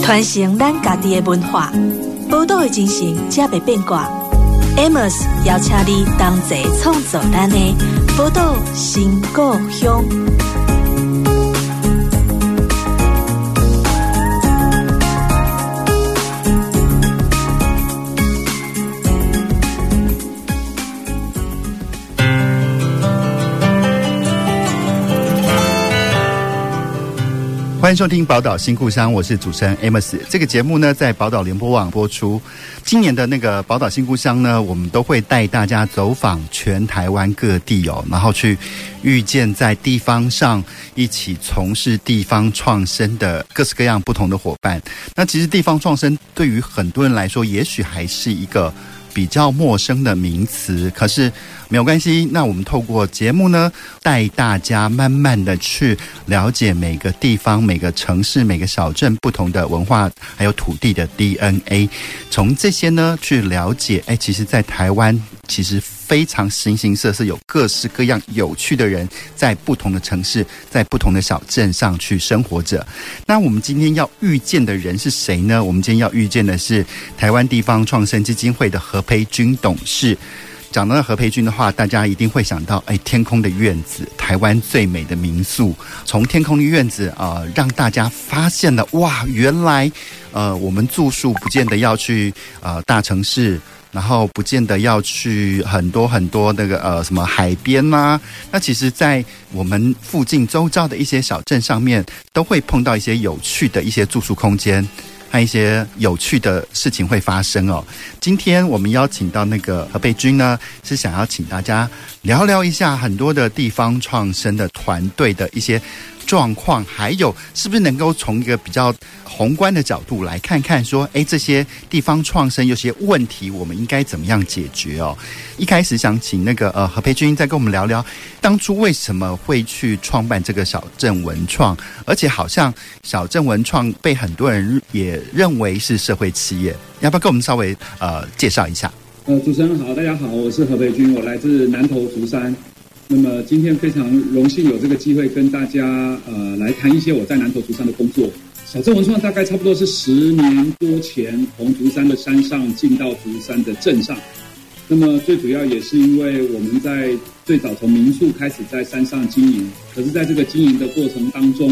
传承咱家己的文化，宝岛的精神才袂变卦。Amos 邀请你同齐创造咱的宝岛新故乡。欢迎收听《宝岛新故乡》，我是主持人 Amos。这个节目呢，在宝岛联播网播出。今年的那个《宝岛新故乡》呢，我们都会带大家走访全台湾各地哦，然后去遇见在地方上一起从事地方创生的各式各样不同的伙伴。那其实地方创生对于很多人来说，也许还是一个比较陌生的名词，可是没有关系。那我们透过节目呢，带大家慢慢的去了解每个地方、每个城市、每个小镇不同的文化，还有土地的 DNA。从这些呢，去了解，哎，其实，在台湾其实非常形形色色，有各式各样有趣的人，在不同的城市、在不同的小镇上去生活着。那我们今天要遇见的人是谁呢？我们今天要遇见的是台湾地方创生基金会的何培军董事。讲到何培军的话，大家一定会想到，哎，天空的院子，台湾最美的民宿。从天空的院子啊、呃让大家发现了，哇，原来，呃，我们住宿不见得要去呃大城市，然后不见得要去很多很多那个呃什么海边啦、那其实，在我们附近周遭的一些小镇上面，都会碰到一些有趣的一些住宿空间。和一些有趣的事情会发生哦。今天我们邀请到那个何佩君呢，是想要请大家聊聊一下很多的地方创生的团队的一些状况，还有是不是能够从一个比较宏观的角度来看看说，诶，这些地方创生有些问题，我们应该怎么样解决哦？一开始想请那个呃何佩君再跟我们聊聊，当初为什么会去创办这个小镇文创，而且好像小镇文创被很多人也认为是社会企业，要不要跟我们稍微呃介绍一下？呃，主持人好，大家好，我是何培军，我来自南投竹山。那么今天非常荣幸有这个机会跟大家呃来谈一些我在南投竹山的工作。小镇文创大概差不多是十年多前从竹山的山上进到竹山的镇上。那么最主要也是因为我们在最早从民宿开始在山上经营，可是在这个经营的过程当中，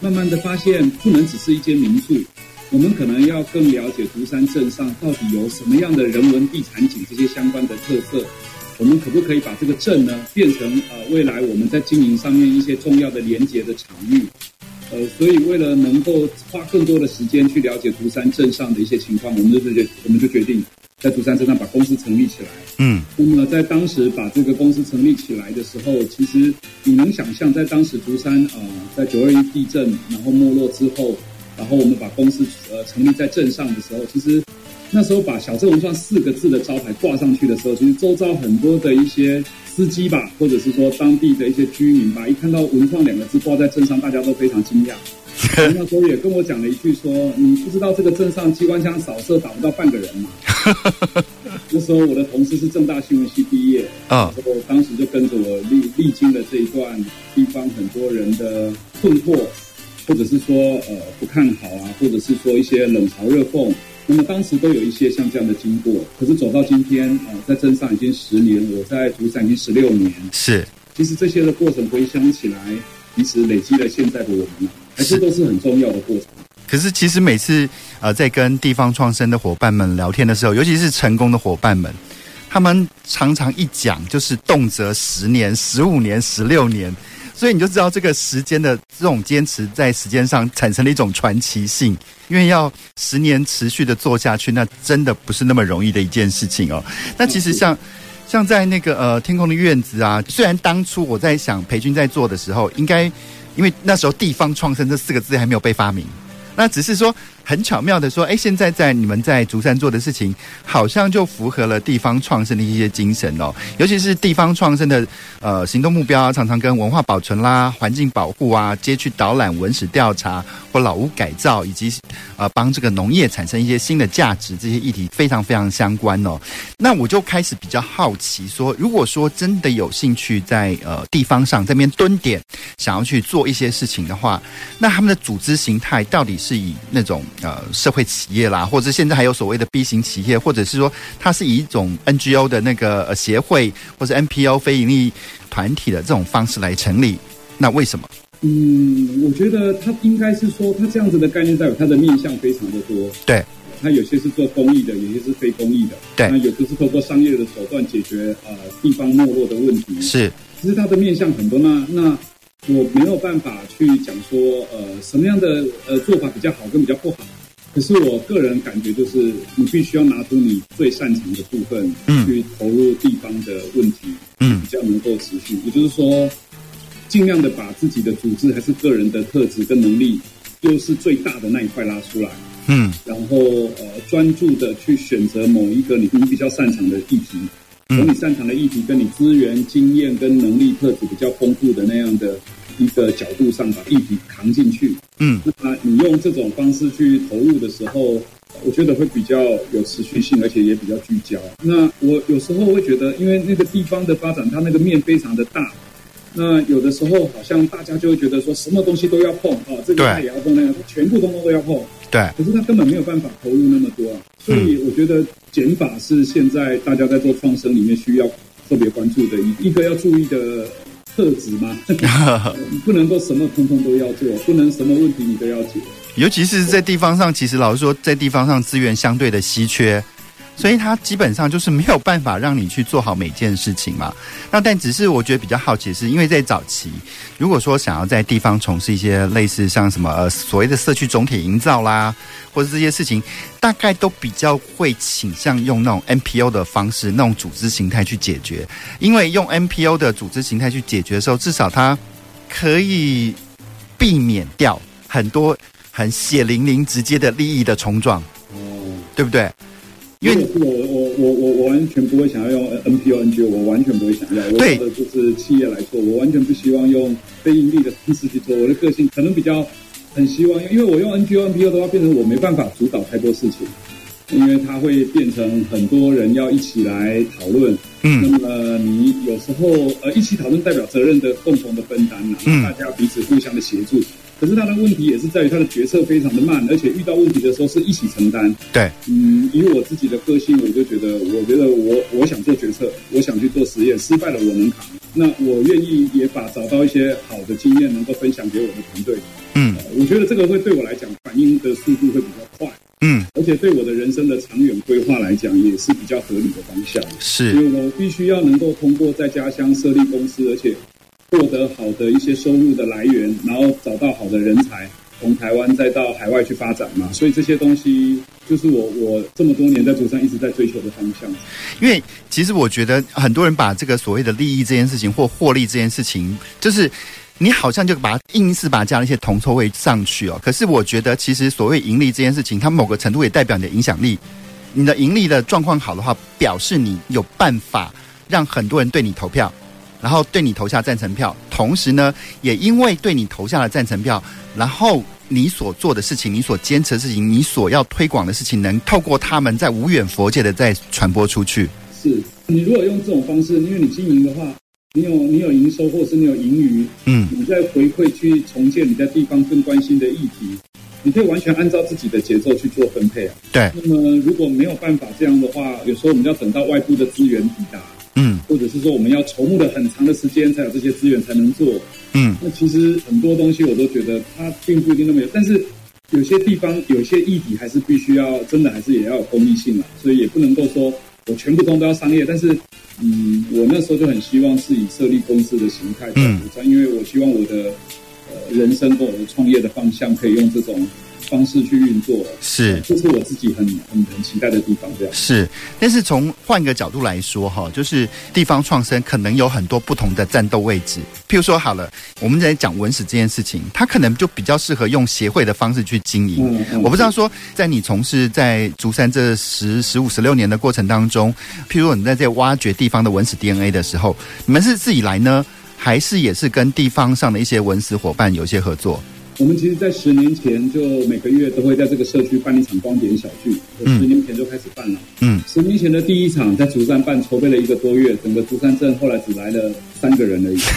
慢慢的发现不能只是一间民宿，我们可能要更了解竹山镇上到底有什么样的人文、地产景这些相关的特色。我们可不可以把这个镇呢变成呃未来我们在经营上面一些重要的连接的场域？呃，所以为了能够花更多的时间去了解竹山镇上的一些情况，我们就决我们就决定在竹山镇上把公司成立起来。嗯那么在当时把这个公司成立起来的时候，其实你能想象，在当时竹山呃，在九二一地震然后没落之后，然后我们把公司呃成立在镇上的时候，其实那时候把“小镇文创”四个字的招牌挂上去的时候，其实周遭很多的一些司机吧，或者是说当地的一些居民吧，一看到“文创”两个字挂在镇上，大家都非常惊讶。那时候也跟我讲了一句说：“你不知道这个镇上机关枪扫射打不到半个人嘛？”那时候我的同事是正大新闻系毕业，啊、然后当时就跟着我历历经了这一段地方很多人的困惑，或者是说呃不看好啊，或者是说一些冷嘲热讽。那么当时都有一些像这样的经过，可是走到今天啊、呃在镇上已经十年，我在竹山已经十六年。是其实这些的过程回想起来，其实累积了现在的我们啊，还是是都是很重要的过程。可是其实每次呃，在跟地方创生的伙伴们聊天的时候，尤其是成功的伙伴们，他们常常一讲就是动辄十年、十五年、十六年，所以你就知道这个时间的这种坚持，在时间上产生了一种传奇性。因为要十年持续的做下去，那真的不是那么容易的一件事情哦。那其实像像在那个呃天空的院子啊，虽然当初我在想培军在做的时候，应该因为那时候地方创生这四个字还没有被发明，那只是说很巧妙的说，哎，现在在你们在竹山做的事情，好像就符合了地方创生的一些精神哦，尤其是地方创生的呃行动目标啊，常常跟文化保存啦、环境保护啊、街区导览、文史调查或老屋改造，以及呃帮这个农业产生一些新的价值，这些议题非常非常相关哦。那我就开始比较好奇说，如果说真的有兴趣在呃地方上这边蹲点，想要去做一些事情的话，那他们的组织形态到底是以那种呃社会企业啦，或者现在还有所谓的 B 型企业，或者是说它是以一种 NGO 的那个呃协会或者 NPO 非盈利团体的这种方式来成立，那为什么？嗯，我觉得它应该是说，它这样子的概念代表它的面向非常的多。对，它有些是做公益的，有些是非公益的。对那有的是透过商业的手段解决呃地方没落的问题。是其实它的面向很多。那那我没有办法去讲说呃什么样的呃做法比较好跟比较不好。可是我个人感觉就是，你必须要拿出你最擅长的部分，嗯去投入地方的问题，嗯比较能够持续。也就是说，尽量的把自己的组织还是个人的特质跟能力，优势最大的那一块拉出来，嗯然后呃专注的去选择某一个你你比较擅长的议题，嗯从你擅长的议题跟你资源、经验跟能力特质比较丰富的那样的一个角度上，把议题扛进去。嗯那你用这种方式去投入的时候，呃我觉得会比较有持续性，而且也比较聚焦。那我有时候会觉得，因为那个地方的发展，它那个面非常的大。那有的时候好像大家就会觉得说什么东西都要碰哦，这个对它也要碰，那个全部通通都要碰。对可是他根本没有办法投入那么多啊。所以我觉得减法是现在大家在做创生里面需要特别关注的一一个要注意的特质嘛，你不能够什么通通都要做，不能什么问题你都要解。尤其是在地方上，其实老实说，在地方上资源相对的稀缺，所以它基本上就是没有办法让你去做好每件事情嘛。 那但只是我觉得比较好奇的是，因为在早期，如果说想要在地方从事一些类似像什么呃所谓的社区总体营造啦，或者这些事情，大概都比较会倾向用那种 NPO 的方式，那种组织形态去解决。因为用 NPO 的组织形态去解决的时候，至少它可以避免掉很多很血淋淋、直接的利益的冲撞，哦，对不对？因因为为你我我我我我完全不会想要用 NPO NGO，我完全不会想要，我对要的就是企业来做，我完全不希望用非盈利的方式去做。我的个性可能比较很希望，因为我用 NGO NPO 的话，变成我没办法主导太多事情，因为它会变成很多人要一起来讨论。那嗯么你有时候呃一起讨论代表责任的共同的分担呐、嗯大家彼此互相的协助。可是它的问题也是在于它的决策非常的慢，而且遇到问题的时候是一起承担。对，嗯，以我自己的个性，我就觉得，我觉得我我想做决策，我想去做实验，失败了我能扛。那我愿意也把找到一些好的经验，能够分享给我的团队。嗯呃我觉得这个会对我来讲反应的速度会比较快，嗯，而且对我的人生的长远规划来讲也是比较合理的方向。是因为我必须要能够通过在家乡设立公司，而且获得好的一些收入的来源，然后找到好的人才，从台湾再到海外去发展嘛。所以这些东西就是我我这么多年在竹山一直在追求的方向。因为其实我觉得很多人把这个所谓的利益这件事情或获利这件事情，就是你好像就把它硬是把这样一些铜臭味上去哦。可是我觉得其实所谓盈利这件事情，它某个程度也代表你的影响力。你的盈利的状况好的话，表示你有办法让很多人对你投票，然后对你投下赞成票。同时呢，也因为对你投下了赞成票，然后你所做的事情、你所坚持的事情、你所要推广的事情，能透过他们在无远佛界的再传播出去。是你如果用这种方式，因为你经营的话，你有你有营收或是你有盈余，嗯你再回馈去重建你在地方更关心的议题，你可以完全按照自己的节奏去做分配啊。对，那么如果没有办法这样的话，有时候我们要等到外部的资源抵达，嗯或者是说我们要筹募了很长的时间才有这些资源才能做。嗯，那其实很多东西我都觉得它并不一定那么有，但是有些地方有些议题还是必须要真的还是也要有公益性嘛，啊所以也不能够说我全部通都要商业，但是。嗯，我那时候就很希望是以设立公司的形态在嗯主张，因为我希望我的呃人生跟我的创业的方向可以用这种方式去运作，是这是我自己很很很期待的地方。这样是。但是从换个角度来说，哈，就是地方创生可能有很多不同的战斗位置。譬如说，好了，我们在讲文史这件事情，它可能就比较适合用协会的方式去经营。嗯嗯我不知道说，在你从事在竹山这十十五十六年的过程当中，譬如说你在这挖掘地方的文史 DNA 的时候，你们是自己来呢，还是也是跟地方上的一些文史伙伴有一些合作？我们其实，在十年前就每个月都会在这个社区办一场光点小聚，我嗯十年前就开始办了。嗯十年前的第一场在竹山办，筹备了一个多月，整个竹山镇后来只来了三个人而已。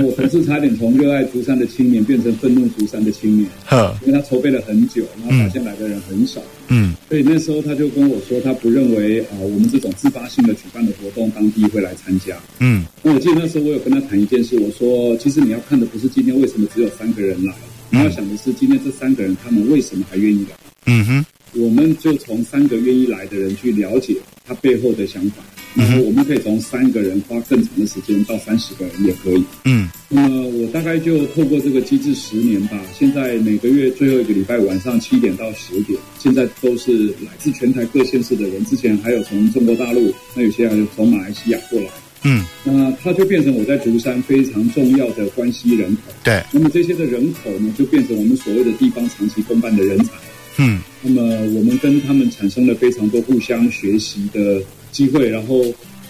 我同事差点从热爱竹山的青年变成愤怒竹山的青年，呵，因为他筹备了很久，然后发现来的人很少，嗯所以那时候他就跟我说，他不认为啊、呃我们这种自发性的举办的活动，当地会来参加。嗯那我记得那时候我有跟他谈一件事，我说其实你要看的不是今天为什么只有三个人来，你要想的是今天这三个人他们为什么还愿意来。嗯哼，我们就从三个愿意来的人去了解他背后的想法，嗯然后我们可以从三个人花更长的时间到三十个人也可以。嗯那么我大概就透过这个机制十年吧，现在每个月最后一个礼拜晚上七点到十点，现在都是来自全台各县市的人，之前还有从中国大陆，那有些还有从马来西亚过来，嗯，那它就变成我在竹山非常重要的关系人口。对，那么这些的人口呢，就变成我们所谓的地方长期公办的人才。嗯那么我们跟他们产生了非常多互相学习的机会，然后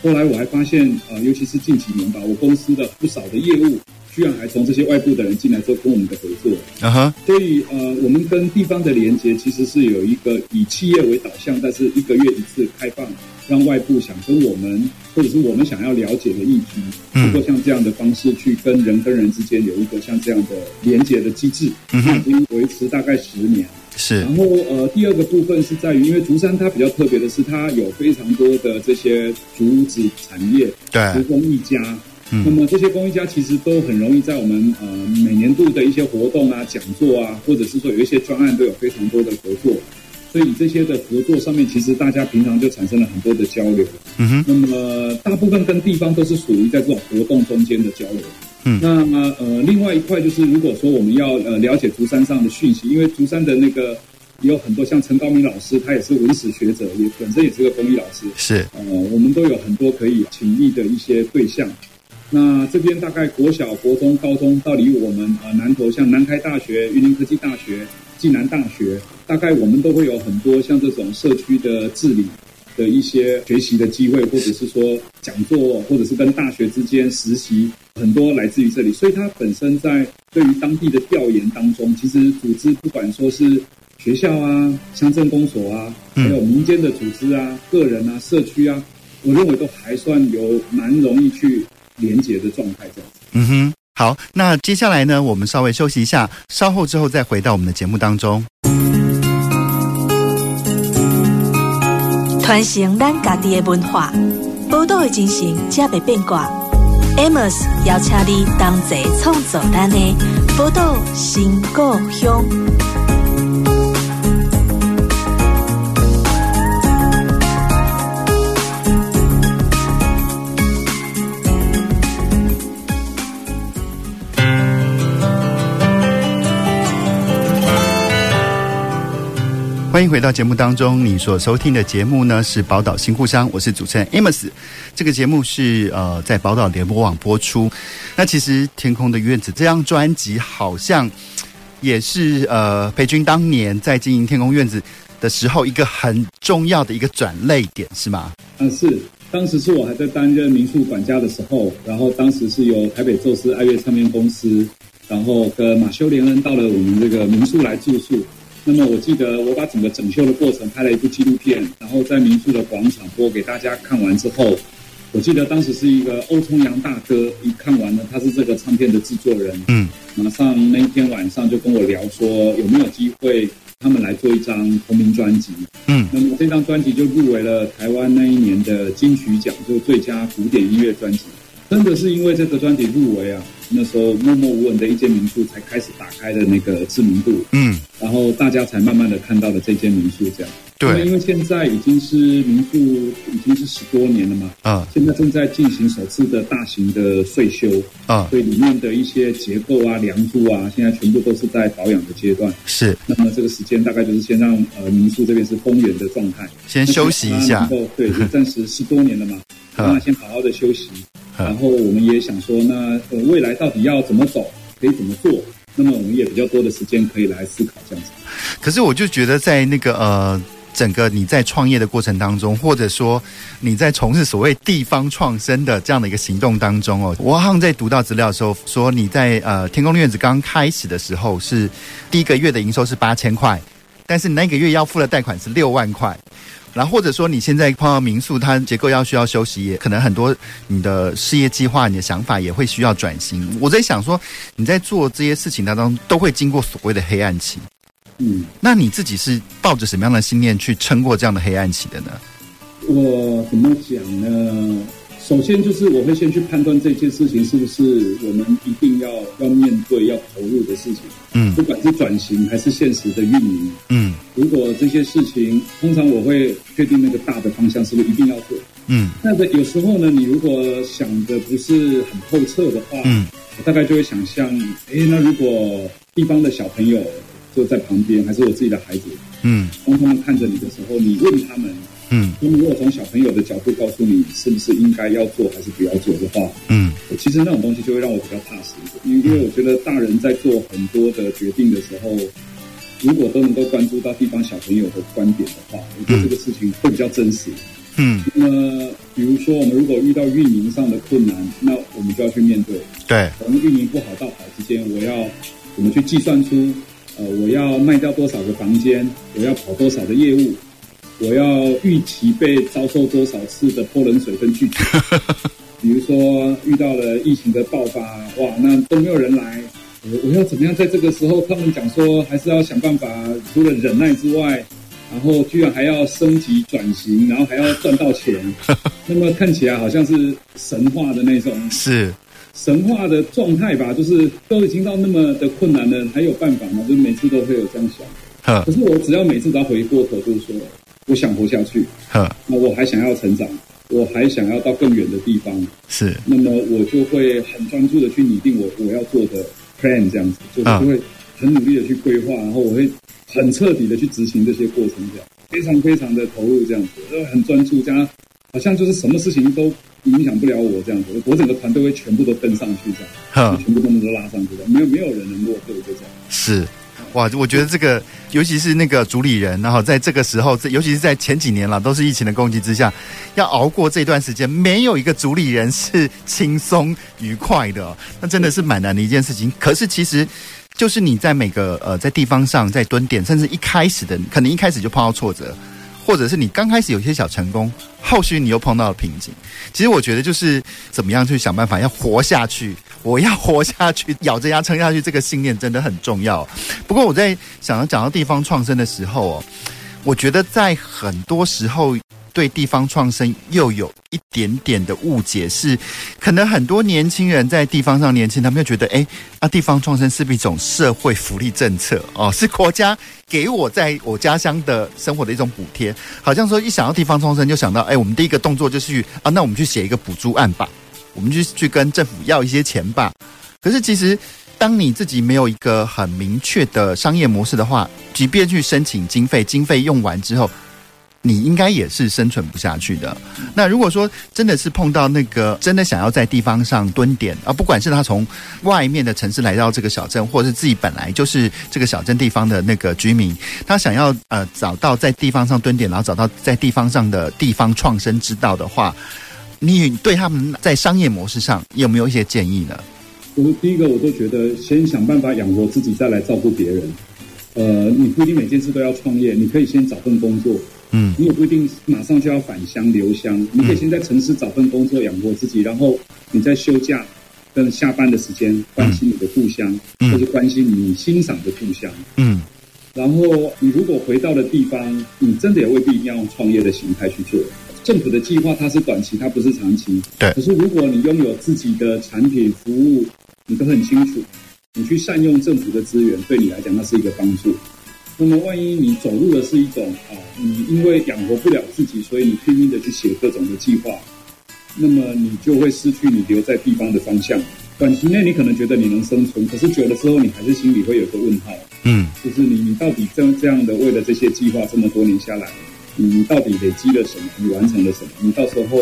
后来我还发现，呃，尤其是近几年吧，我公司的不少的业务，居然还从这些外部的人进来之后跟我们的合作，啊哈，所以呃，我们跟地方的连接其实是有一个以企业为导向，但是一个月一次开放，让外部想跟我们或者是我们想要了解的议题，通过嗯像这样的方式去跟人跟人之间有一个像这样的连接的机制，嗯那已哼，经维持大概十年。是然后呃，第二个部分是在于，因为竹山它比较特别的是，它有非常多的这些竹子产业、对，竹工艺家。那哎嗯么这些工艺家其实都很容易在我们呃每年度的一些活动啊、讲座啊，或者是说有一些专案都有非常多的合作。所以这些的合作上面，其实大家平常就产生了很多的交流。嗯哼，那么大部分跟地方都是属于在这种活动中间的交流。嗯那么呃，另外一块就是，如果说我们要呃了解竹山上的讯息，因为竹山的那个也有很多像陈高明老师，他也是文史学者，也本身也是个公益老师。是呃，我们都有很多可以请益的一些对象。那这边大概国小、国中、高中，到离我们呃南投像南开大学、云林科技大学、暨南大学，大概我们都会有很多像这种社区的治理的一些学习的机会，或者是说讲座，或者是跟大学之间实习，很多来自于这里。所以它本身在对于当地的调研当中，其实组织不管说是学校啊、乡镇公所啊，还有民间的组织啊、个人啊、社区啊，我认为都还算有蛮容易去连结的状态这样子。嗯哼。好，那接下来呢，我们稍微休息一下，稍后之后再回到我们的节目当中。传承咱家己的文化，宝岛的精神才袂变卦。Amos 邀请你同齐创造咱的宝岛新故乡。欢迎回到节目当中，你所收听的节目呢是《宝岛新故乡》，我是主持人 Amos。这个节目是呃在宝岛联播网播出。那其实《天空的院子》这张专辑好像嘖也是呃裴军当年在经营天空院子的时候一个很重要的一个转类点，是吗？但是当时是我还在担任民宿管家的时候，然后当时是由台北宙斯爱乐唱片公司，然后跟马修连恩到了我们这个民宿来住宿。那么我记得我把整个整修的过程拍了一部纪录片，然后在民宿的广场播给大家看完之后，我记得当时是一个欧冲阳大哥，一看完了他是这个唱片的制作人，嗯马上那一天晚上就跟我聊说有没有机会他们来做一张同名专辑。嗯那么这张专辑就入围了台湾那一年的金曲奖，就最佳古典音乐专辑。真的是因为这个专辑入围啊，那时候默默无闻的一间民宿才开始打开了那个知名度，嗯，然后大家才慢慢的看到了这间民宿这样。那对因，为现在已经是民宿已经是十多年了嘛，嗯现在正在进行首次的大型的税修，嗯，所以里面的一些结构啊、梁柱啊，现在全部都是在保养的阶段。是那么这个时间大概就是先让呃民宿这边是公园的状态。先休息一下能，够对，就暂时十多年了 嘛，嗯那先好好的休息。啊嗯然后我们也想说，那呃未来到底要怎么走，可以怎么做？那么我们也比较多的时间可以来思考这样子。可是我就觉得在那个呃。整个你在创业的过程当中，或者说你在从事所谓地方创生的这样的一个行动当中哦，我好像在读到资料的时候说，你在呃天空院子刚开始的时候是第一个月的营收是八千块，但是你那个月要付的贷款是六万块，然后或者说你现在碰到民宿，它结构要需要休息，也可能很多你的事业计划、你的想法也会需要转型。我在想说，你在做这些事情当中，都会经过所谓的黑暗期。嗯，那你自己是抱着什么样的信念去撑过这样的黑暗期的呢？我怎么讲呢？首先就是我会先去判断这件事情是不是我们一定要要面对、要投入的事情，嗯不管是转型还是现实的运营。嗯如果这些事情，通常我会确定那个大的方向是不是一定要做。嗯那个有时候呢，你如果想的不是很透彻的话，嗯我大概就会想象，诶，那如果地方的小朋友就在旁边，还是我自己的孩子，嗯当他们看着你的时候，你问他们，嗯他们如果从小朋友的角度告诉你是不是应该要做还是不要做的话，嗯其实那种东西就会让我比较踏实一点，因为因为我觉得大人在做很多的决定的时候，如果都能够关注到地方小朋友的观点的话，我觉得这个事情会比较真实。嗯，那么，比如说我们如果遇到运营上的困难，那我们就要去面对。对，从运营不好到好之间，我要怎么去计算出，呃，我要卖掉多少个房间，我要跑多少的业务，我要预期被遭受多少次的泼冷水跟拒绝。比如说遇到了疫情的爆发，哇，那都没有人来，我我要怎么样在这个时候？他们讲说还是要想办法，除了忍耐之外，然后居然还要升级转型，然后还要赚到钱，那么看起来好像是神话的那种是，神话的状态吧，就是都已经到那么的困难了，还有办法吗？就是每次都会有这样想。呵可是我只要每次都要回过头，就说我想活下去，呵，那我还想要成长，我还想要到更远的地方，是，那么我就会很专注的去拟定我我要做的 plan，这样子，就是啊就会很努力的去规划，然后我会很彻底的去执行这些过程，这样非常非常的投入，这样子，然后很专注，加上好像就是什么事情都影响不了我这样子，我整个团队会全部都跟上去这样。呵。全部他们都拉上去的，没有没有人能落后这种。是。哇，我觉得这个，尤其是那个主理人，然后在这个时候，这尤其是在前几年了，都是疫情的攻击之下，要熬过这段时间，没有一个主理人是轻松愉快的哦，那真的是蛮难的一件事情。可是其实，就是你在每个呃在地方上在蹲点，甚至一开始的，可能一开始就碰到挫折，或者是你刚开始有一些小成功，后续你又碰到了瓶颈。其实我觉得就是怎么样去想办法要活下去，我要活下去，咬着牙撑下去，这个信念真的很重要。不过我在想要讲到地方创生的时候哦，我觉得在很多时候对地方创生又有一点点的误解是，可能很多年轻人在地方上年轻，他们就觉得，哎，啊，地方创生是不是一种社会福利政策哦，是国家给我在我家乡的生活的一种补贴，好像说一想到地方创生就想到，哎，我们第一个动作就是去啊，那我们去写一个补助案吧，我们去去跟政府要一些钱吧。可是其实，当你自己没有一个很明确的商业模式的话，即便去申请经费，经费用完之后，你应该也是生存不下去的。那如果说真的是碰到那个真的想要在地方上蹲点啊，不管是他从外面的城市来到这个小镇，或者是自己本来就是这个小镇地方的那个居民，他想要呃找到在地方上蹲点，然后找到在地方上的地方创生之道的话，你对他们在商业模式上有没有一些建议呢？我第一个我都觉得先想办法养活自己，再来照顾别人。呃，你不一定每件事都要创业，你可以先找份工作，嗯你也不一定马上就要返乡留乡，你可以先在城市找份工作养活自己，然后你在休假跟下班的时间关心你的故乡，嗯或是关心你欣赏的故乡。嗯然后你如果回到的地方，你真的也未必一定要用创业的形态去做。政府的计划它是短期，它不是长期。对可是如果你拥有自己的产品服务，你都很清楚，你去善用政府的资源，对你来讲那是一个帮助。那么万一你走入的是一种啊，你因为养活不了自己，所以你拼命的去写各种的计划，那么你就会失去你留在地方的方向。短期内你可能觉得你能生存，可是久了之后，你还是心里会有个问号。嗯就是你你到底这这样的为了这些计划这么多年下来，你你到底累积了什么？你完成了什么？你到时候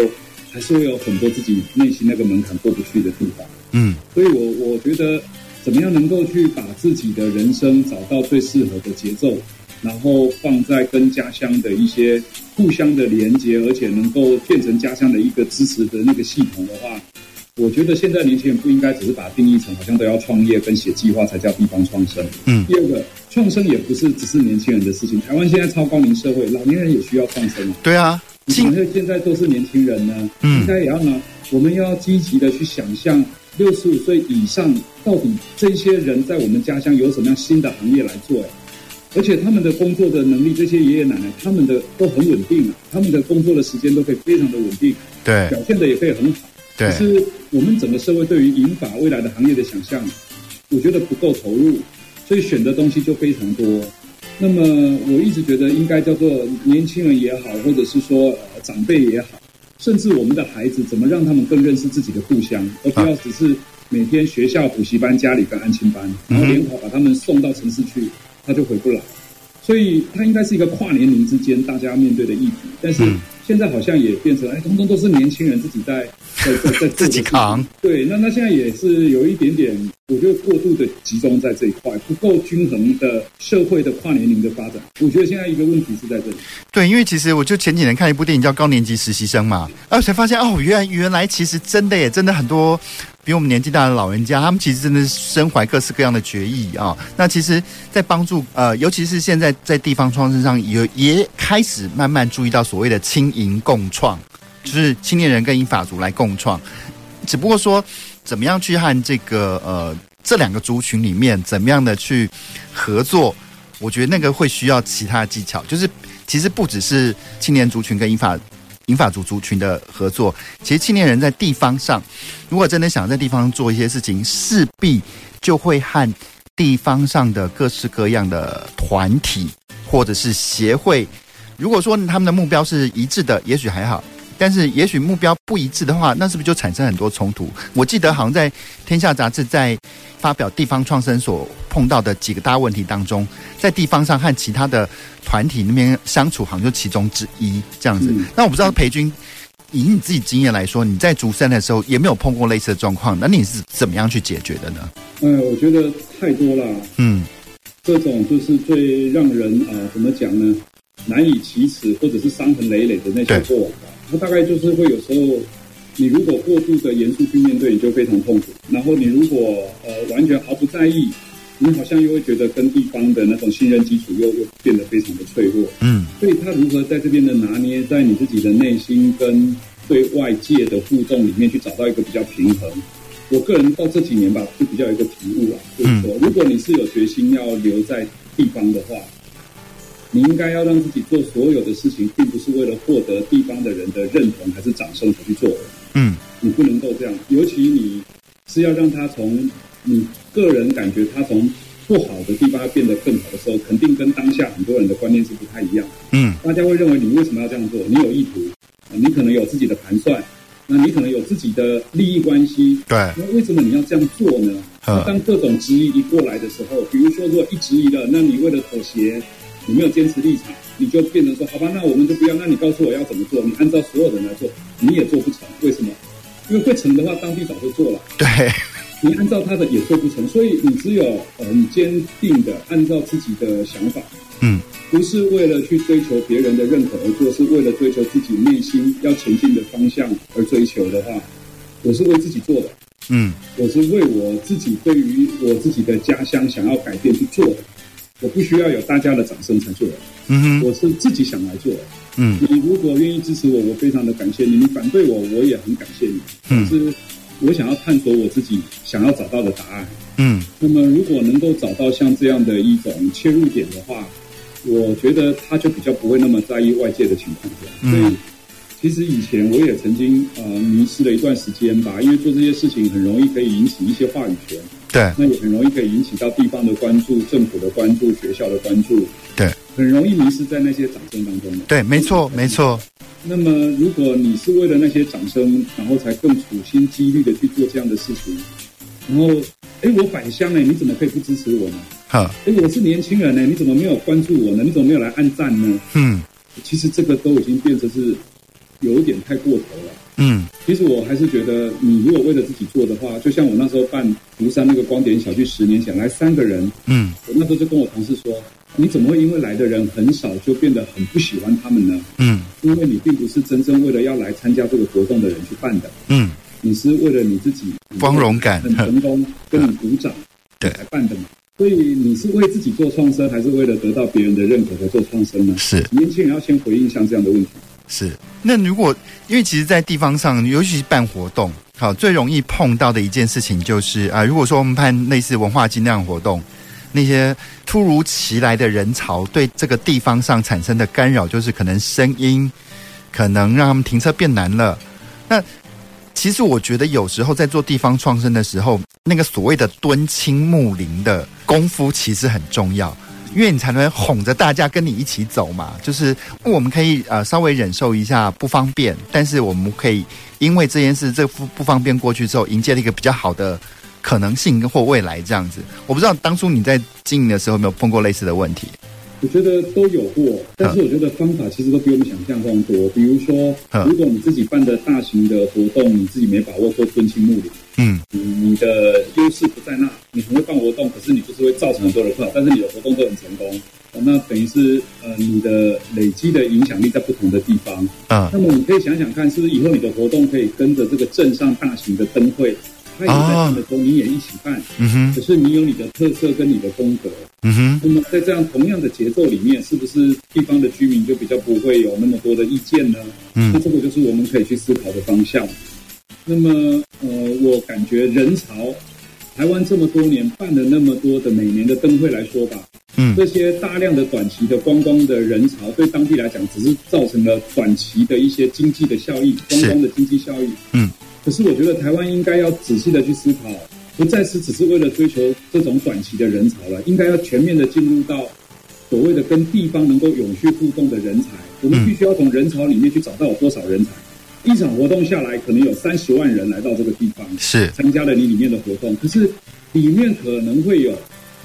还是会有很多自己内心那个门槛过不去的地方。嗯所以我我觉得怎么样能够去把自己的人生找到最适合的节奏，然后放在跟家乡的一些互相的连接，而且能够变成家乡的一个支持的那个系统的话。我觉得现在年轻人不应该只是把它定义成好像都要创业跟写计划才叫地方创生。嗯第二个，创生也不是只是年轻人的事情，台湾现在超高龄社会，老年人也需要创生啊。对啊，你怎么会现在都是年轻人呢？嗯应该也要呢。我们要积极的去想象，六十五岁以上到底这些人在我们家乡有什么样新的行业来做、哎而且他们的工作的能力，这些爷爷奶奶他们的都很稳定啊，他们的工作的时间都可以非常的稳定，对表现的也可以很好。对可是我们整个社会对于银发未来的行业的想象，我觉得不够投入，所以选的东西就非常多。那么我一直觉得应该叫做年轻人也好，或者是说、呃、长辈也好，甚至我们的孩子，怎么让他们更认识自己的故乡，而不要只是每天学校、补习班、家里跟安亲班，然后联考把他们送到城市去，他就回不来。所以它应该是一个跨年龄之间大家面对的议题，但是嗯现在好像也变成哎，通通都是年轻人自己在在在在自己扛。对，那那现在也是有一点点，我觉得过度的集中在这一块，不够均衡的社会的跨年龄的发展。我觉得现在一个问题是在这里。对，因为其实我就前几年看一部电影叫《高年级实习生》嘛，然后才发现哦，原来原来其实真的也真的很多比我们年纪大的老人家，他们其实真的是身怀各式各样的绝艺啊、那其实，在帮助呃，尤其是现在在地方创生上，也也开始慢慢注意到所谓的青银共创，就是青年人跟英法族来共创。只不过说，怎么样去和这个呃这两个族群里面怎么样的去合作，我觉得那个会需要其他技巧，就是其实不只是青年族群跟英法英法族族群的合作，其实青年人在地方上，如果真的想在地方做一些事情，势必就会和地方上的各式各样的团体或者是协会，如果说他们的目标是一致的，也许还好。但是，也许目标不一致的话，那是不是就产生很多冲突？我记得好像在《天下》杂志在发表地方创生所碰到的几个大问题当中，在地方上和其他的团体那边相处，好像就其中之一这样子。嗯那我不知道裴军，以你自己经验来说，你在竹山的时候也没有碰过类似的状况，那你是怎么样去解决的呢？嗯、我觉得太多了，嗯，这种就是最让人啊、呃怎么讲呢，难以启齿或者是伤痕累累的那些对过往吧。它大概就是会有时候，你如果过度的严肃去面对，你就非常痛苦；然后你如果呃完全毫不在意，你好像又会觉得跟地方的那种信任基础又又变得非常的脆弱。嗯，所以他如何在这边的拿捏，在你自己的内心跟对外界的互动里面去找到一个比较平衡。我个人到这几年吧，就比较有一个体悟啊，就是说，如果你是有决心要留在地方的话，你应该要让自己做所有的事情，并不是为了获得地方的人的认同还是掌声才去做的。嗯，你不能够这样，尤其你是要让他从你个人感觉他从不好的地方变得更好的时候，肯定跟当下很多人的观念是不太一样的。嗯，大家会认为你为什么要这样做？你有意图，啊你可能有自己的盘算，那你可能有自己的利益关系，对，那为什么你要这样做呢？嗯那当各种质疑一过来的时候，比如说如果一质疑了，那你为了妥协，你没有坚持立场，你就变成说好吧，那我们就不要，那你告诉我要怎么做，你按照所有人来做，你也做不成，为什么？因为会成的话，当地早就做了。 对，你按照他的也做不成，所以你只有呃很坚定的按照自己的想法，嗯，不是为了去追求别人的认可而做，是为了追求自己内心要前进的方向而追求的话，我是为自己做的，嗯，我是为我自己对于我自己的家乡想要改变去做的，我不需要有大家的掌声才做的，嗯哼，我是自己想来做的。嗯你如果愿意支持我，我非常的感谢你；你反对我，我也很感谢你。嗯是我想要探索我自己想要找到的答案。嗯，那么，如果能够找到像这样的一种切入点的话，我觉得他就比较不会那么在意外界的情况这样。嗯所以，其实以前我也曾经呃迷失了一段时间吧，因为做这些事情很容易可以引起一些话语权，对，那也很容易可以引起到地方的关注、政府的关注、学校的关注，对，很容易迷失在那些掌声当中的。对，没错，没错，那么，如果你是为了那些掌声，然后才更处心积虑的去做这样的事情，然后，哎，我返乡哎，你怎么可以不支持我呢？呵，哎，我是年轻人呢，你怎么没有关注我呢？你怎么没有来按赞呢？嗯其实这个都已经变成是有一点太过头了。嗯，其实我还是觉得，你如果为了自己做的话，就像我那时候办庐山那个光点小聚，十年前来三个人，嗯我那时候就跟我同事说，你怎么会因为来的人很少就变得很不喜欢他们呢？嗯因为你并不是真正为了要来参加这个活动的人去办的，嗯，你是为了你自己光荣感，很呵成功，跟你鼓掌， 对才办的嘛。所以你是为自己做创生，还是为了得到别人的认可才做创生呢？是年轻人要先回应像这样的问题。是。那如果因为其实，在地方上，尤其是办活动，好最容易碰到的一件事情就是啊、如果说我们办类似文化祭那样的活动，那些突如其来的人潮对这个地方上产生的干扰，就是可能声音，可能让他们停车变难了。那其实我觉得有时候在做地方创生的时候，那个所谓的敦亲睦邻的功夫其实很重要，因为你才能哄着大家跟你一起走嘛。就是我们可以呃稍微忍受一下不方便，但是我们可以因为这件事这不不方便过去之后，迎接了一个比较好的可能性或未来这样子。我不知道当初你在经营的时候有没有碰过类似的问题？我觉得都有嗯过，但是我觉得方法其实都比我们想象中多。比如说嗯，如果你自己办的大型的活动，你自己没把握做敦亲睦邻，嗯，你你的优势不在那，你很会办活动，可是你就是会造成很多人困扰，但是你的活动都很成功，哦那等于是呃你的累积的影响力在不同的地方。呃，那么你可以想想看，是不是以后你的活动可以跟着这个镇上大型的灯会，他也在办的时候你也一起办，嗯哼可，是你有你的特色跟你的风格。嗯哼，那么在这样同样的节奏里面，是不是地方的居民就比较不会有那么多的意见呢？那嗯这个就是我们可以去思考的方向。那么，呃，我感觉人潮，台湾这么多年办了那么多的每年的灯会来说吧，嗯，这些大量的短期的观光的人潮，对当地来讲只是造成了短期的一些经济的效益，观光的经济效益。嗯，可是我觉得台湾应该要仔细的去思考，不再是只是为了追求这种短期的人潮了，应该要全面的进入到所谓的跟地方能够永续互动的人才。我们嗯必须要从人潮里面去找到有多少人才。一场活动下来，可能有三十万人来到这个地方。是参加了你里面的活动，可是里面可能会有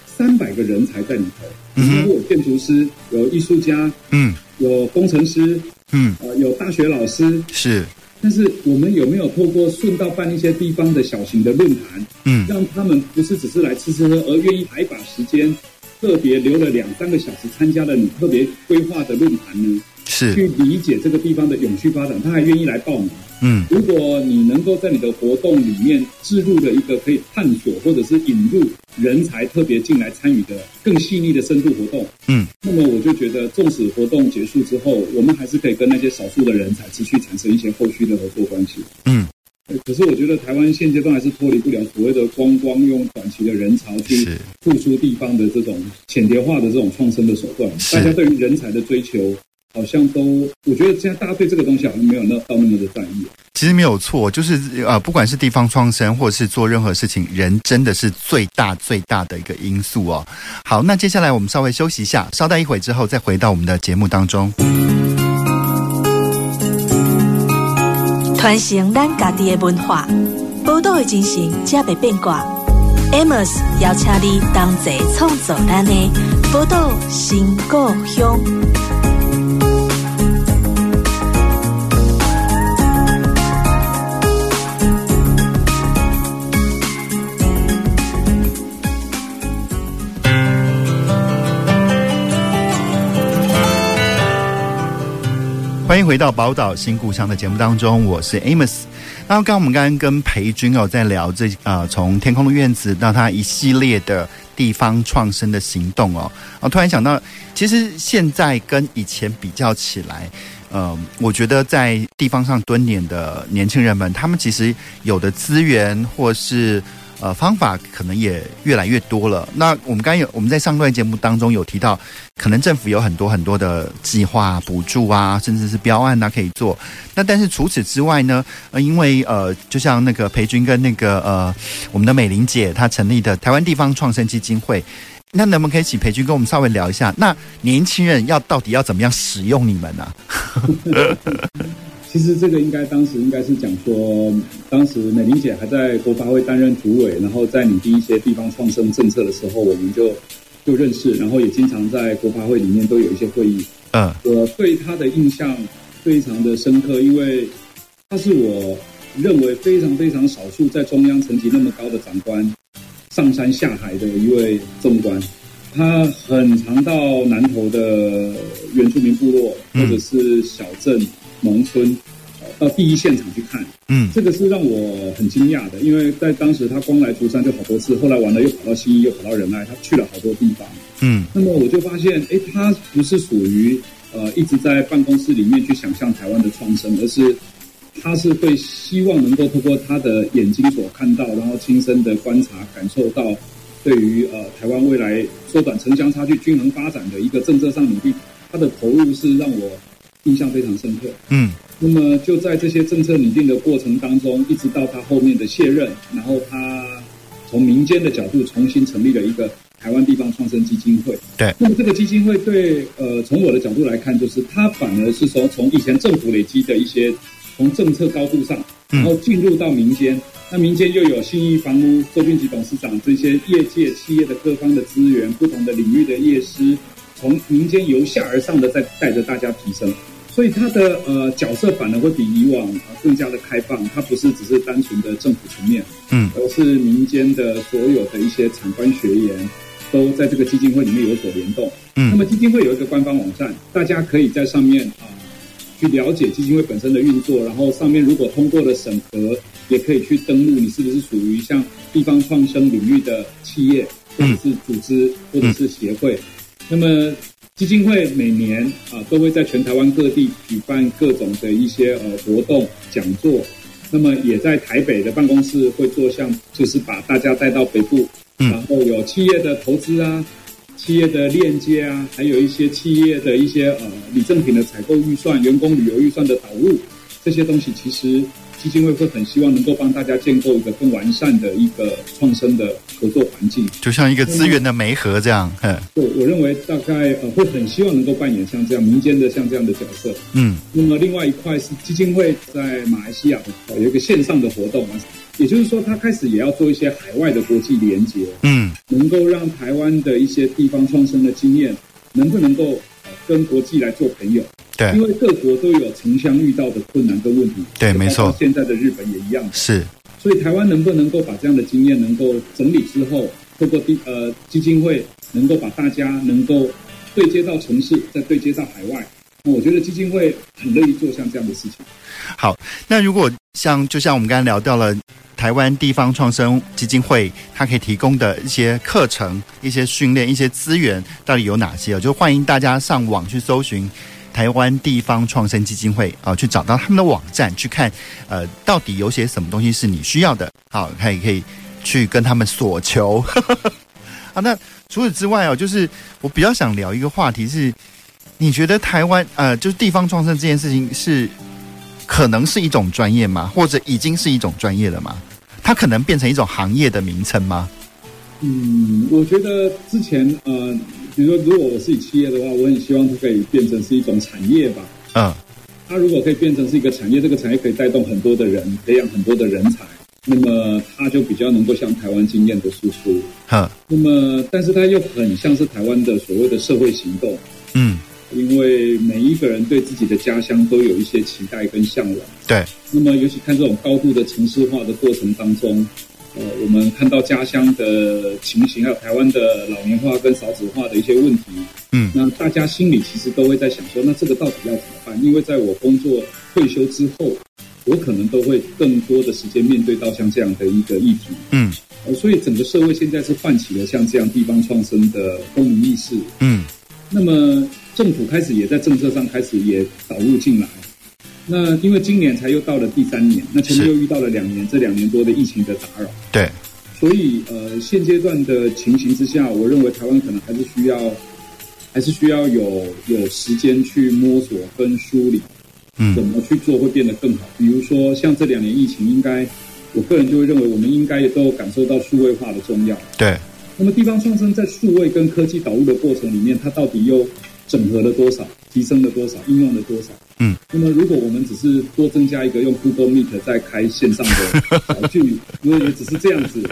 三百个人才在里头，嗯哼包括有建筑师、有艺术家、嗯有工程师、嗯呃，有大学老师。是但是我们有没有透过顺道办一些地方的小型的论坛，嗯让他们不是只是来吃吃喝，而愿意还把时间特别留了两三个小时参加了你特别规划的论坛呢？是去理解这个地方的永续发展，他还愿意来报名。嗯如果你能够在你的活动里面置入了一个可以探索或者是引入人才特别进来参与的更细腻的深度活动，嗯那么我就觉得，纵使活动结束之后，我们还是可以跟那些少数的人才持续产生一些后续的合作关系。嗯呃可是我觉得台湾现阶段还是脱离不了所谓的光光用短期的人潮去是付出地方的这种浅碟化的这种创生的手段。是大家对于人才的追求，好像都我觉得现在大家对这个东西好像没有那到那么的在意。其实没有错，就是呃，不管是地方创生，或者是做任何事情，人真的是最大最大的一个因素哦。好，那接下来我们稍微休息一下，稍待一会之后再回到我们的节目当中。传承咱家己的文化，宝岛的精神才袂变卦。Amos 邀请你同齐创造咱的宝岛新故乡。欢迎回到宝岛新故乡的节目当中，我是 Amos。然后刚刚我们刚刚跟裴军哦在聊这呃，从天空的院子到他一系列的地方创生的行动哦，啊，突然想到，其实现在跟以前比较起来，呃，我觉得在地方上蹲点的年轻人们，他们其实有的资源或是呃方法，可能也越来越多了。那我们刚刚有我们在上段节目当中有提到，可能政府有很多很多的计划、补助啊，甚至是标案啊可以做。那但是除此之外呢，呃，因为呃，就像那个裴军跟那个呃我们的美玲姐她成立的台湾地方创生基金会。那能不能可以请裴军跟我们稍微聊一下？那年轻人要到底要怎么样使用你们呢、啊其实这个应该当时应该是讲说，当时美玲姐还在国发会担任主委，然后在拟定一些地方创生政策的时候，我们就就认识，然后也经常在国发会里面都有一些会议。嗯我对她的印象非常的深刻，因为她是我认为非常非常少数在中央层级那么高的长官，上山下海的一位政官。他很常到南投的原住民部落嗯或者是小镇、农村呃第一现场去看，嗯这个是让我很惊讶的，因为在当时他光来竹山就好多次，后来完了又跑到西医，又跑到仁爱，他去了好多地方。嗯那么我就发现，哎，他不是属于呃一直在办公室里面去想象台湾的创生，而是他是会希望能够透过他的眼睛所看到，然后亲身的观察感受到，对于呃台湾未来缩短城乡差距、均衡发展的一个政策上努力，他的投入是让我印象非常深刻。嗯那么就在这些政策拟定的过程当中，一直到他后面的卸任，然后他从民间的角度重新成立了一个台湾地方创生基金会。对那么这个基金会对呃，从我的角度来看，就是它反而是说从以前政府累积的一些从政策高度上，嗯然后进入到民间，那民间又有信义房屋、周俊吉董事长这些业界企业的各方的资源，不同的领域的业师，从民间由下而上的在带着大家提升。所以它的呃角色反而会比以往、呃、更加的开放，它不是只是单纯的政府层面，嗯而是民间的所有的一些产官学研都在这个基金会里面有所联动。那嗯么基金会有一个官方网站，大家可以在上面啊、去了解基金会本身的运作，然后上面如果通过了审核，也可以去登录你是不是属于像地方创生领域的企业或者是组织或者是协会。那么基金会每年啊、都会在全台湾各地举办各种的一些呃活动讲座。那么也在台北的办公室会做像，就是把大家带到北部，嗯然后有企业的投资啊，企业的链接啊，还有一些企业的一些呃礼赠品的采购预算、员工旅游预算的导入，这些东西其实基金会会很希望能够帮大家建构一个更完善的一个创生的合作环境。就像一个资源的媒合这样，嗯对，我认为大概呃会很希望能够扮演像这样民间的像这样的角色。嗯那么另外一块是基金会在马来西亚呃有一个线上的活动啊，也就是说它开始也要做一些海外的国际连接。嗯能够让台湾的一些地方创生的经验，能不能够呃跟国际来做朋友？对因为各国都有城乡遇到的困难跟问题。对没错包括现在的日本也一样，是所以台湾能不能够把这样的经验能够整理之后，透过地呃基金会，能够把大家能够对接到城市，再对接到海外？那我觉得基金会很乐意做像这样的事情。好。那如果像就像我们刚才聊到了。台湾地方创生基金会，它可以提供的一些课程、一些训练、一些资源，到底有哪些？就欢迎大家上网去搜寻台湾地方创生基金会啊、去找到他们的网站去看，呃，到底有些什么东西是你需要的，好，可以可以去跟他们索求。 啊，那除此之外哦，就是我比较想聊一个话题是，你觉得台湾呃，就是地方创生这件事情是可能是一种专业吗？或者已经是一种专业了吗？它可能变成一种行业的名称吗？嗯，我觉得之前呃，比如说如果我是以企业的话，我很希望它可以变成是一种产业吧。嗯它如果可以变成是一个产业，这个产业可以带动很多的人，培养很多的人才，那么它就比较能够像台湾经验的输出。呵那么，但是它又很像是台湾的所谓的社会行动，嗯，因为每一个人对自己的家乡都有一些期待跟向往。对，那么，尤其看这种高度的城市化的过程当中，呃，我们看到家乡的情形，还有台湾的老年化跟少子化的一些问题，嗯那大家心里其实都会在想说，那这个到底要怎么办？因为在我工作退休之后，我可能都会更多的时间面对到像这样的一个议题，嗯呃，所以整个社会现在是唤起了像这样地方创生的公民意识，嗯那么政府开始也在政策上开始也导入进来。那因为今年才又到了第三年，那前面是又遇到了两年，这两年多的疫情的打扰，对，所以呃，现阶段的情形之下，我认为台湾可能还是需要，还是需要有有时间去摸索跟梳理，怎嗯么去做会变得更好。比如说像这两年疫情，应该我个人就会认为，我们应该也都有感受到数位化的重要。对，那么地方创生在数位跟科技导入的过程里面，它到底又整合了多少，提升了多少，应用了多少？嗯，那么如果我们只是多增加一个用 Google Meet 在开线上的哦小聚，如果也只是这样子，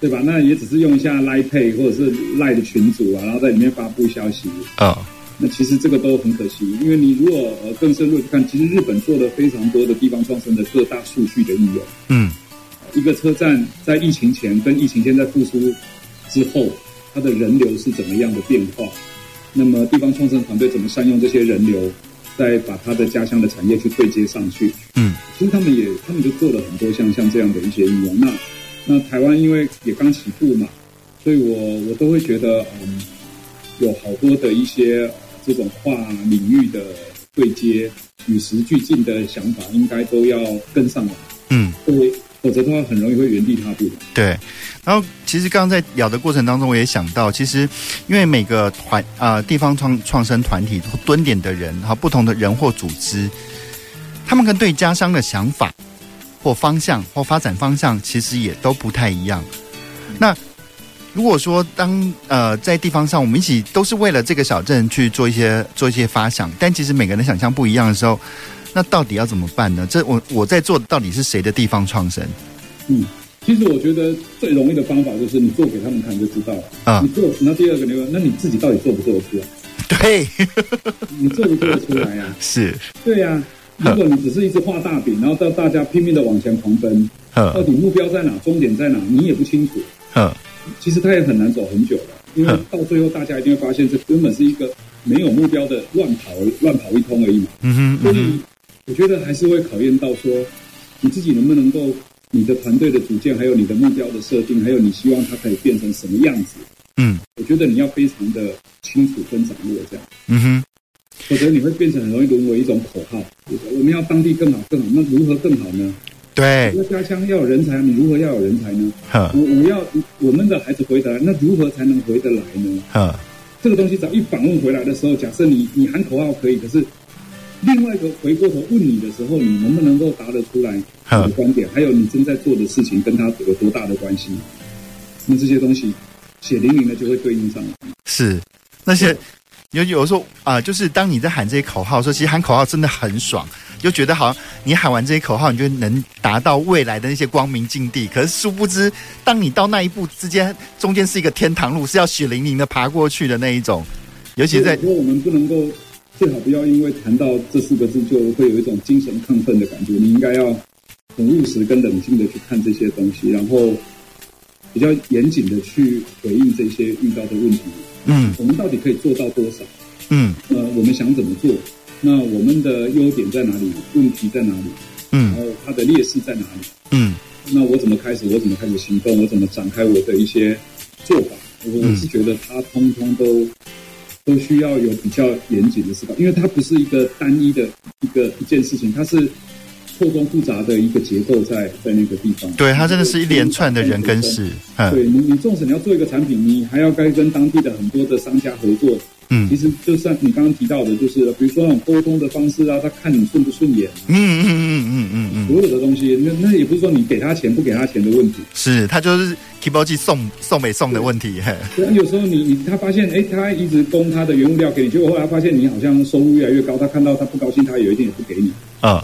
对吧？那也只是用一下 Line Pay 或者是 Line 的群组啊，然后在里面发布消息。呃那其实这个都很可惜，因为你如果呃更深入地去看，其实日本做了非常多的地方创生的各大数据的应用。嗯一个车站在疫情前跟疫情现在复苏之后，它的人流是怎么样的变化？那么地方创生团队怎么善用这些人流，再把它的家乡的产业去对接上去？嗯，其实他们也他们就做了很多像像这样的一些应用。那那台湾因为也刚起步嘛，所以我我都会觉得，嗯，有好多的一些、呃这种跨领域的对接，与时俱进的想法，应该都要跟上来，嗯，对，否则的话很容易会原地踏步。对。然后其实刚刚在聊的过程当中，我也想到，其实因为每个团啊、呃地方创创生团体蹲点的人，哈，不同的人或组织，他们跟对家乡的想法或方向或发展方向，其实也都不太一样。那如果说当呃在地方上，我们一起都是为了这个小镇去做一些做一些发想，但其实每个人的想象不一样的时候，那到底要怎么办呢？这我我在做的到底是谁的地方创生？嗯，其实我觉得最容易的方法就是你做给他们看就知道了。啊你做，那第二个你问，那你自己到底做不做得出来？对，你做不做得出来呀、是， 对呀、如果你只是一直画大饼，然后到大家拼命的往前狂奔，到呵底目标在哪，终点在哪，你也不清楚。呵，其实他也很难走很久的，因为嗯到最后大家一定会发现，这根本是一个没有目标的乱跑乱跑一通而已嘛。嗯哼，所以我觉得还是会考验到说，你自己能不能够，你的团队的组建，还有你的目标的设定，还有你希望它可以变成什么样子，嗯我觉得你要非常的清楚跟掌握这样。嗯哼，否则你会变成很容易沦为一种口号。就是我们要当地更好更好，那如何更好呢？对，那家乡要有人才，你如何要有人才呢？呵我我要我们的孩子回得来，那如何才能回得来呢？呵，这个东西只要一访问回来的时候，假设你你喊口号可以，可是另外一个回过头问你的时候，你能不能够答得出来你嗯的观点，还有你正在做的事情跟他有多大的关系？那这些东西血淋淋的就会对应上来。是那些有有时候啊、就是当你在喊这些口号的时候，其实喊口号真的很爽，就觉得好像你喊完这些口号，你就能达到未来的那些光明境地。可是殊不知，当你到那一步之间，中间是一个天堂路，是要血淋淋的爬过去的那一种。尤其在我觉得我们不能够，最好不要因为谈到这四个字就会有一种精神亢奋的感觉。你应该要很务实跟冷静的去看这些东西，然后比较严谨的去回应这些遇到的问题。嗯我们到底可以做到多少？嗯那呃我们想怎么做？那我们的优点在哪里？问题在哪里？然嗯后它的劣势在哪里？嗯那我怎么开始？我怎么开始行动？我怎么展开我的一些做法？我我是觉得它通通都都需要有比较严谨的思考，因为它不是一个单一的一个一件事情，它是错综复杂的一个结构在在那个地方。对，它真的是一连串的人跟事。对嗯你，你纵使你要做一个产品，你还要该跟当地的很多的商家合作。嗯其实就像你刚刚提到的，就是比如说那种沟通的方式啊，他看你顺不顺眼，嗯嗯嗯嗯嗯嗯，所有的东西，那那也不是说你给他钱不给他钱的问题。是它就是 k e b o j i 送送没送的问题。嘿对啊有时候你你他发现，哎，他一直供他的原物料给你，结果后来发现你好像收入越来越高，他看到他不高兴，他有一点也不给你，嗯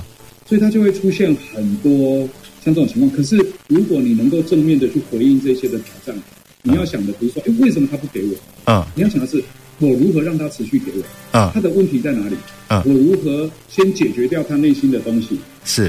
所以他就会出现很多像这种情况。可是如果你能够正面的去回应这些的挑战，你要想的不是说，哎，为什么他不给我？嗯你要想的是，我如何让他持续给我？他嗯，的问题在哪里？嗯我如何先解决掉他内心的东西？是。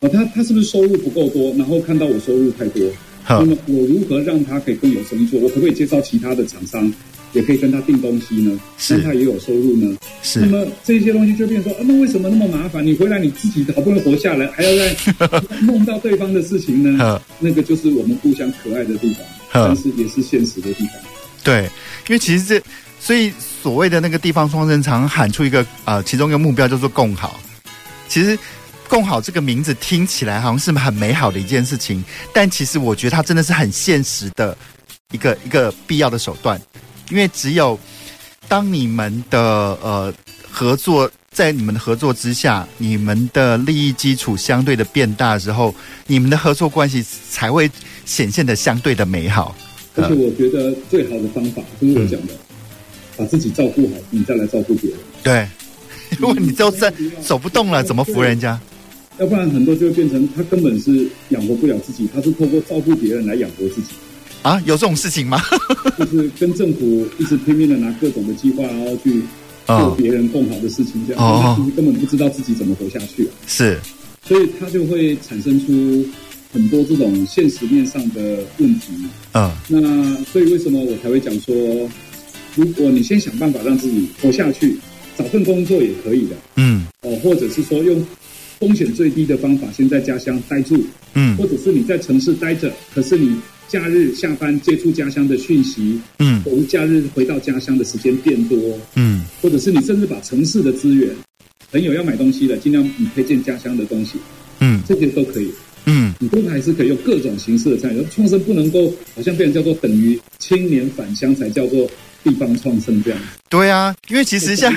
啊，他他是不是收入不够多？然后看到我收入太多，那嗯么我如何让他可以更有生意做？我可不可以介绍其他的厂商，也可以跟他订东西呢？是让他也有收入呢？是那么这些东西就变成说、啊，那为什么那么麻烦？你回来你自己好不容易活下来，还要 再弄到对方的事情呢呵？那个就是我们互相可爱的地方，呵但是也是现实的地方。对，因为其实这，所以所谓的那个地方双生常喊出一个呃，其中一个目标叫做共好。其实“共好”这个名字听起来好像是很美好的一件事情，但其实我觉得它真的是很现实的一个一个必要的手段，因为只有当你们的呃合作。在你们的合作之下，你们的利益基础相对的变大的时候，你们的合作关系才会显现的相对的美好。而且我觉得最好的方法就是我讲的，把自己照顾好，你再来照顾别人。对， 如果你就站走不动了，怎么扶人家？要不然很多就会变成他根本是养活不了自己，他是透过照顾别人来养活自 己，啊？有这种事情吗？ 就是跟政府一直拼命的拿各种的计划，然后去做哦，别人更好的事情，这样、哦他其实根本不知道自己怎么活下去、啊，是，所以他就会产生出很多这种现实面上的问题。嗯那所以为什么我才会讲说，如果你先想办法让自己活下去，找份工作也可以的，嗯哦，或者是说用风险最低的方法，先在家乡待住，嗯或者是你在城市待着，可是你假日下班接触家乡的讯息，嗯或者是假日回到家乡的时间变多，嗯或者是你甚至把城市的资源，朋友要买东西了，尽量你推荐家乡的东西，嗯这些都可以。嗯你都还是可以用各种形式的参与。创生不能够好像被人叫做等于青年返乡才叫做地方创生这样。对啊，因为其其实像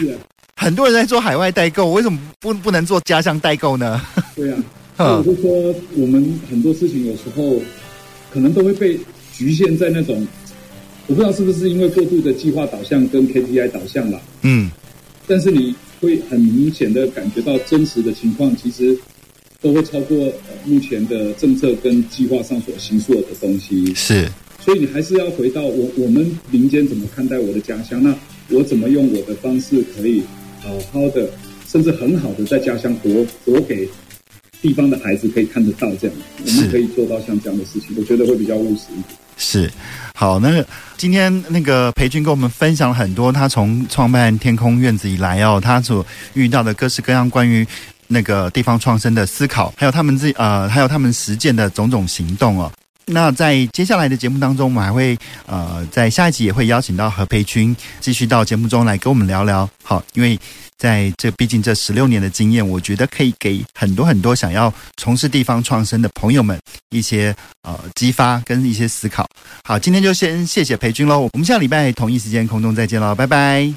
很多人在做海外代购，为什么不不能做家乡代购呢？ 对啊，所以我嗯就说我们很多事情有时候可能都会被局限在那种，我不知道是不是因为过度的计划导向跟 KPI 导向啦，嗯但是你会很明显的感觉到真实的情况其实。都会超过呃目前的政策跟计划上所行所有的东西，是所以你还是要回到我我们民间怎么看待我的家乡？那我怎么用我的方式可以好好的，甚至很好的在家乡活活给地方的孩子可以看得到这样，我是们可以做到像这样的事情，我觉得会比较务实一点。是，好，那今天那个裴俊跟我们分享了很多他从创办天空院子以来哦，他所遇到的各式各样关于。那个地方创生的思考，还有他们自己呃，还有他们实践的种种行动哦。那在接下来的节目当中，我们还会呃，在下一集也会邀请到何培军继续到节目中来跟我们聊聊。好，因为在这毕竟这十六年的经验，我觉得可以给很多很多想要从事地方创生的朋友们一些呃激发跟一些思考。好，今天就先谢谢裴军喽，我们下礼拜同一时间空中再见喽，拜拜。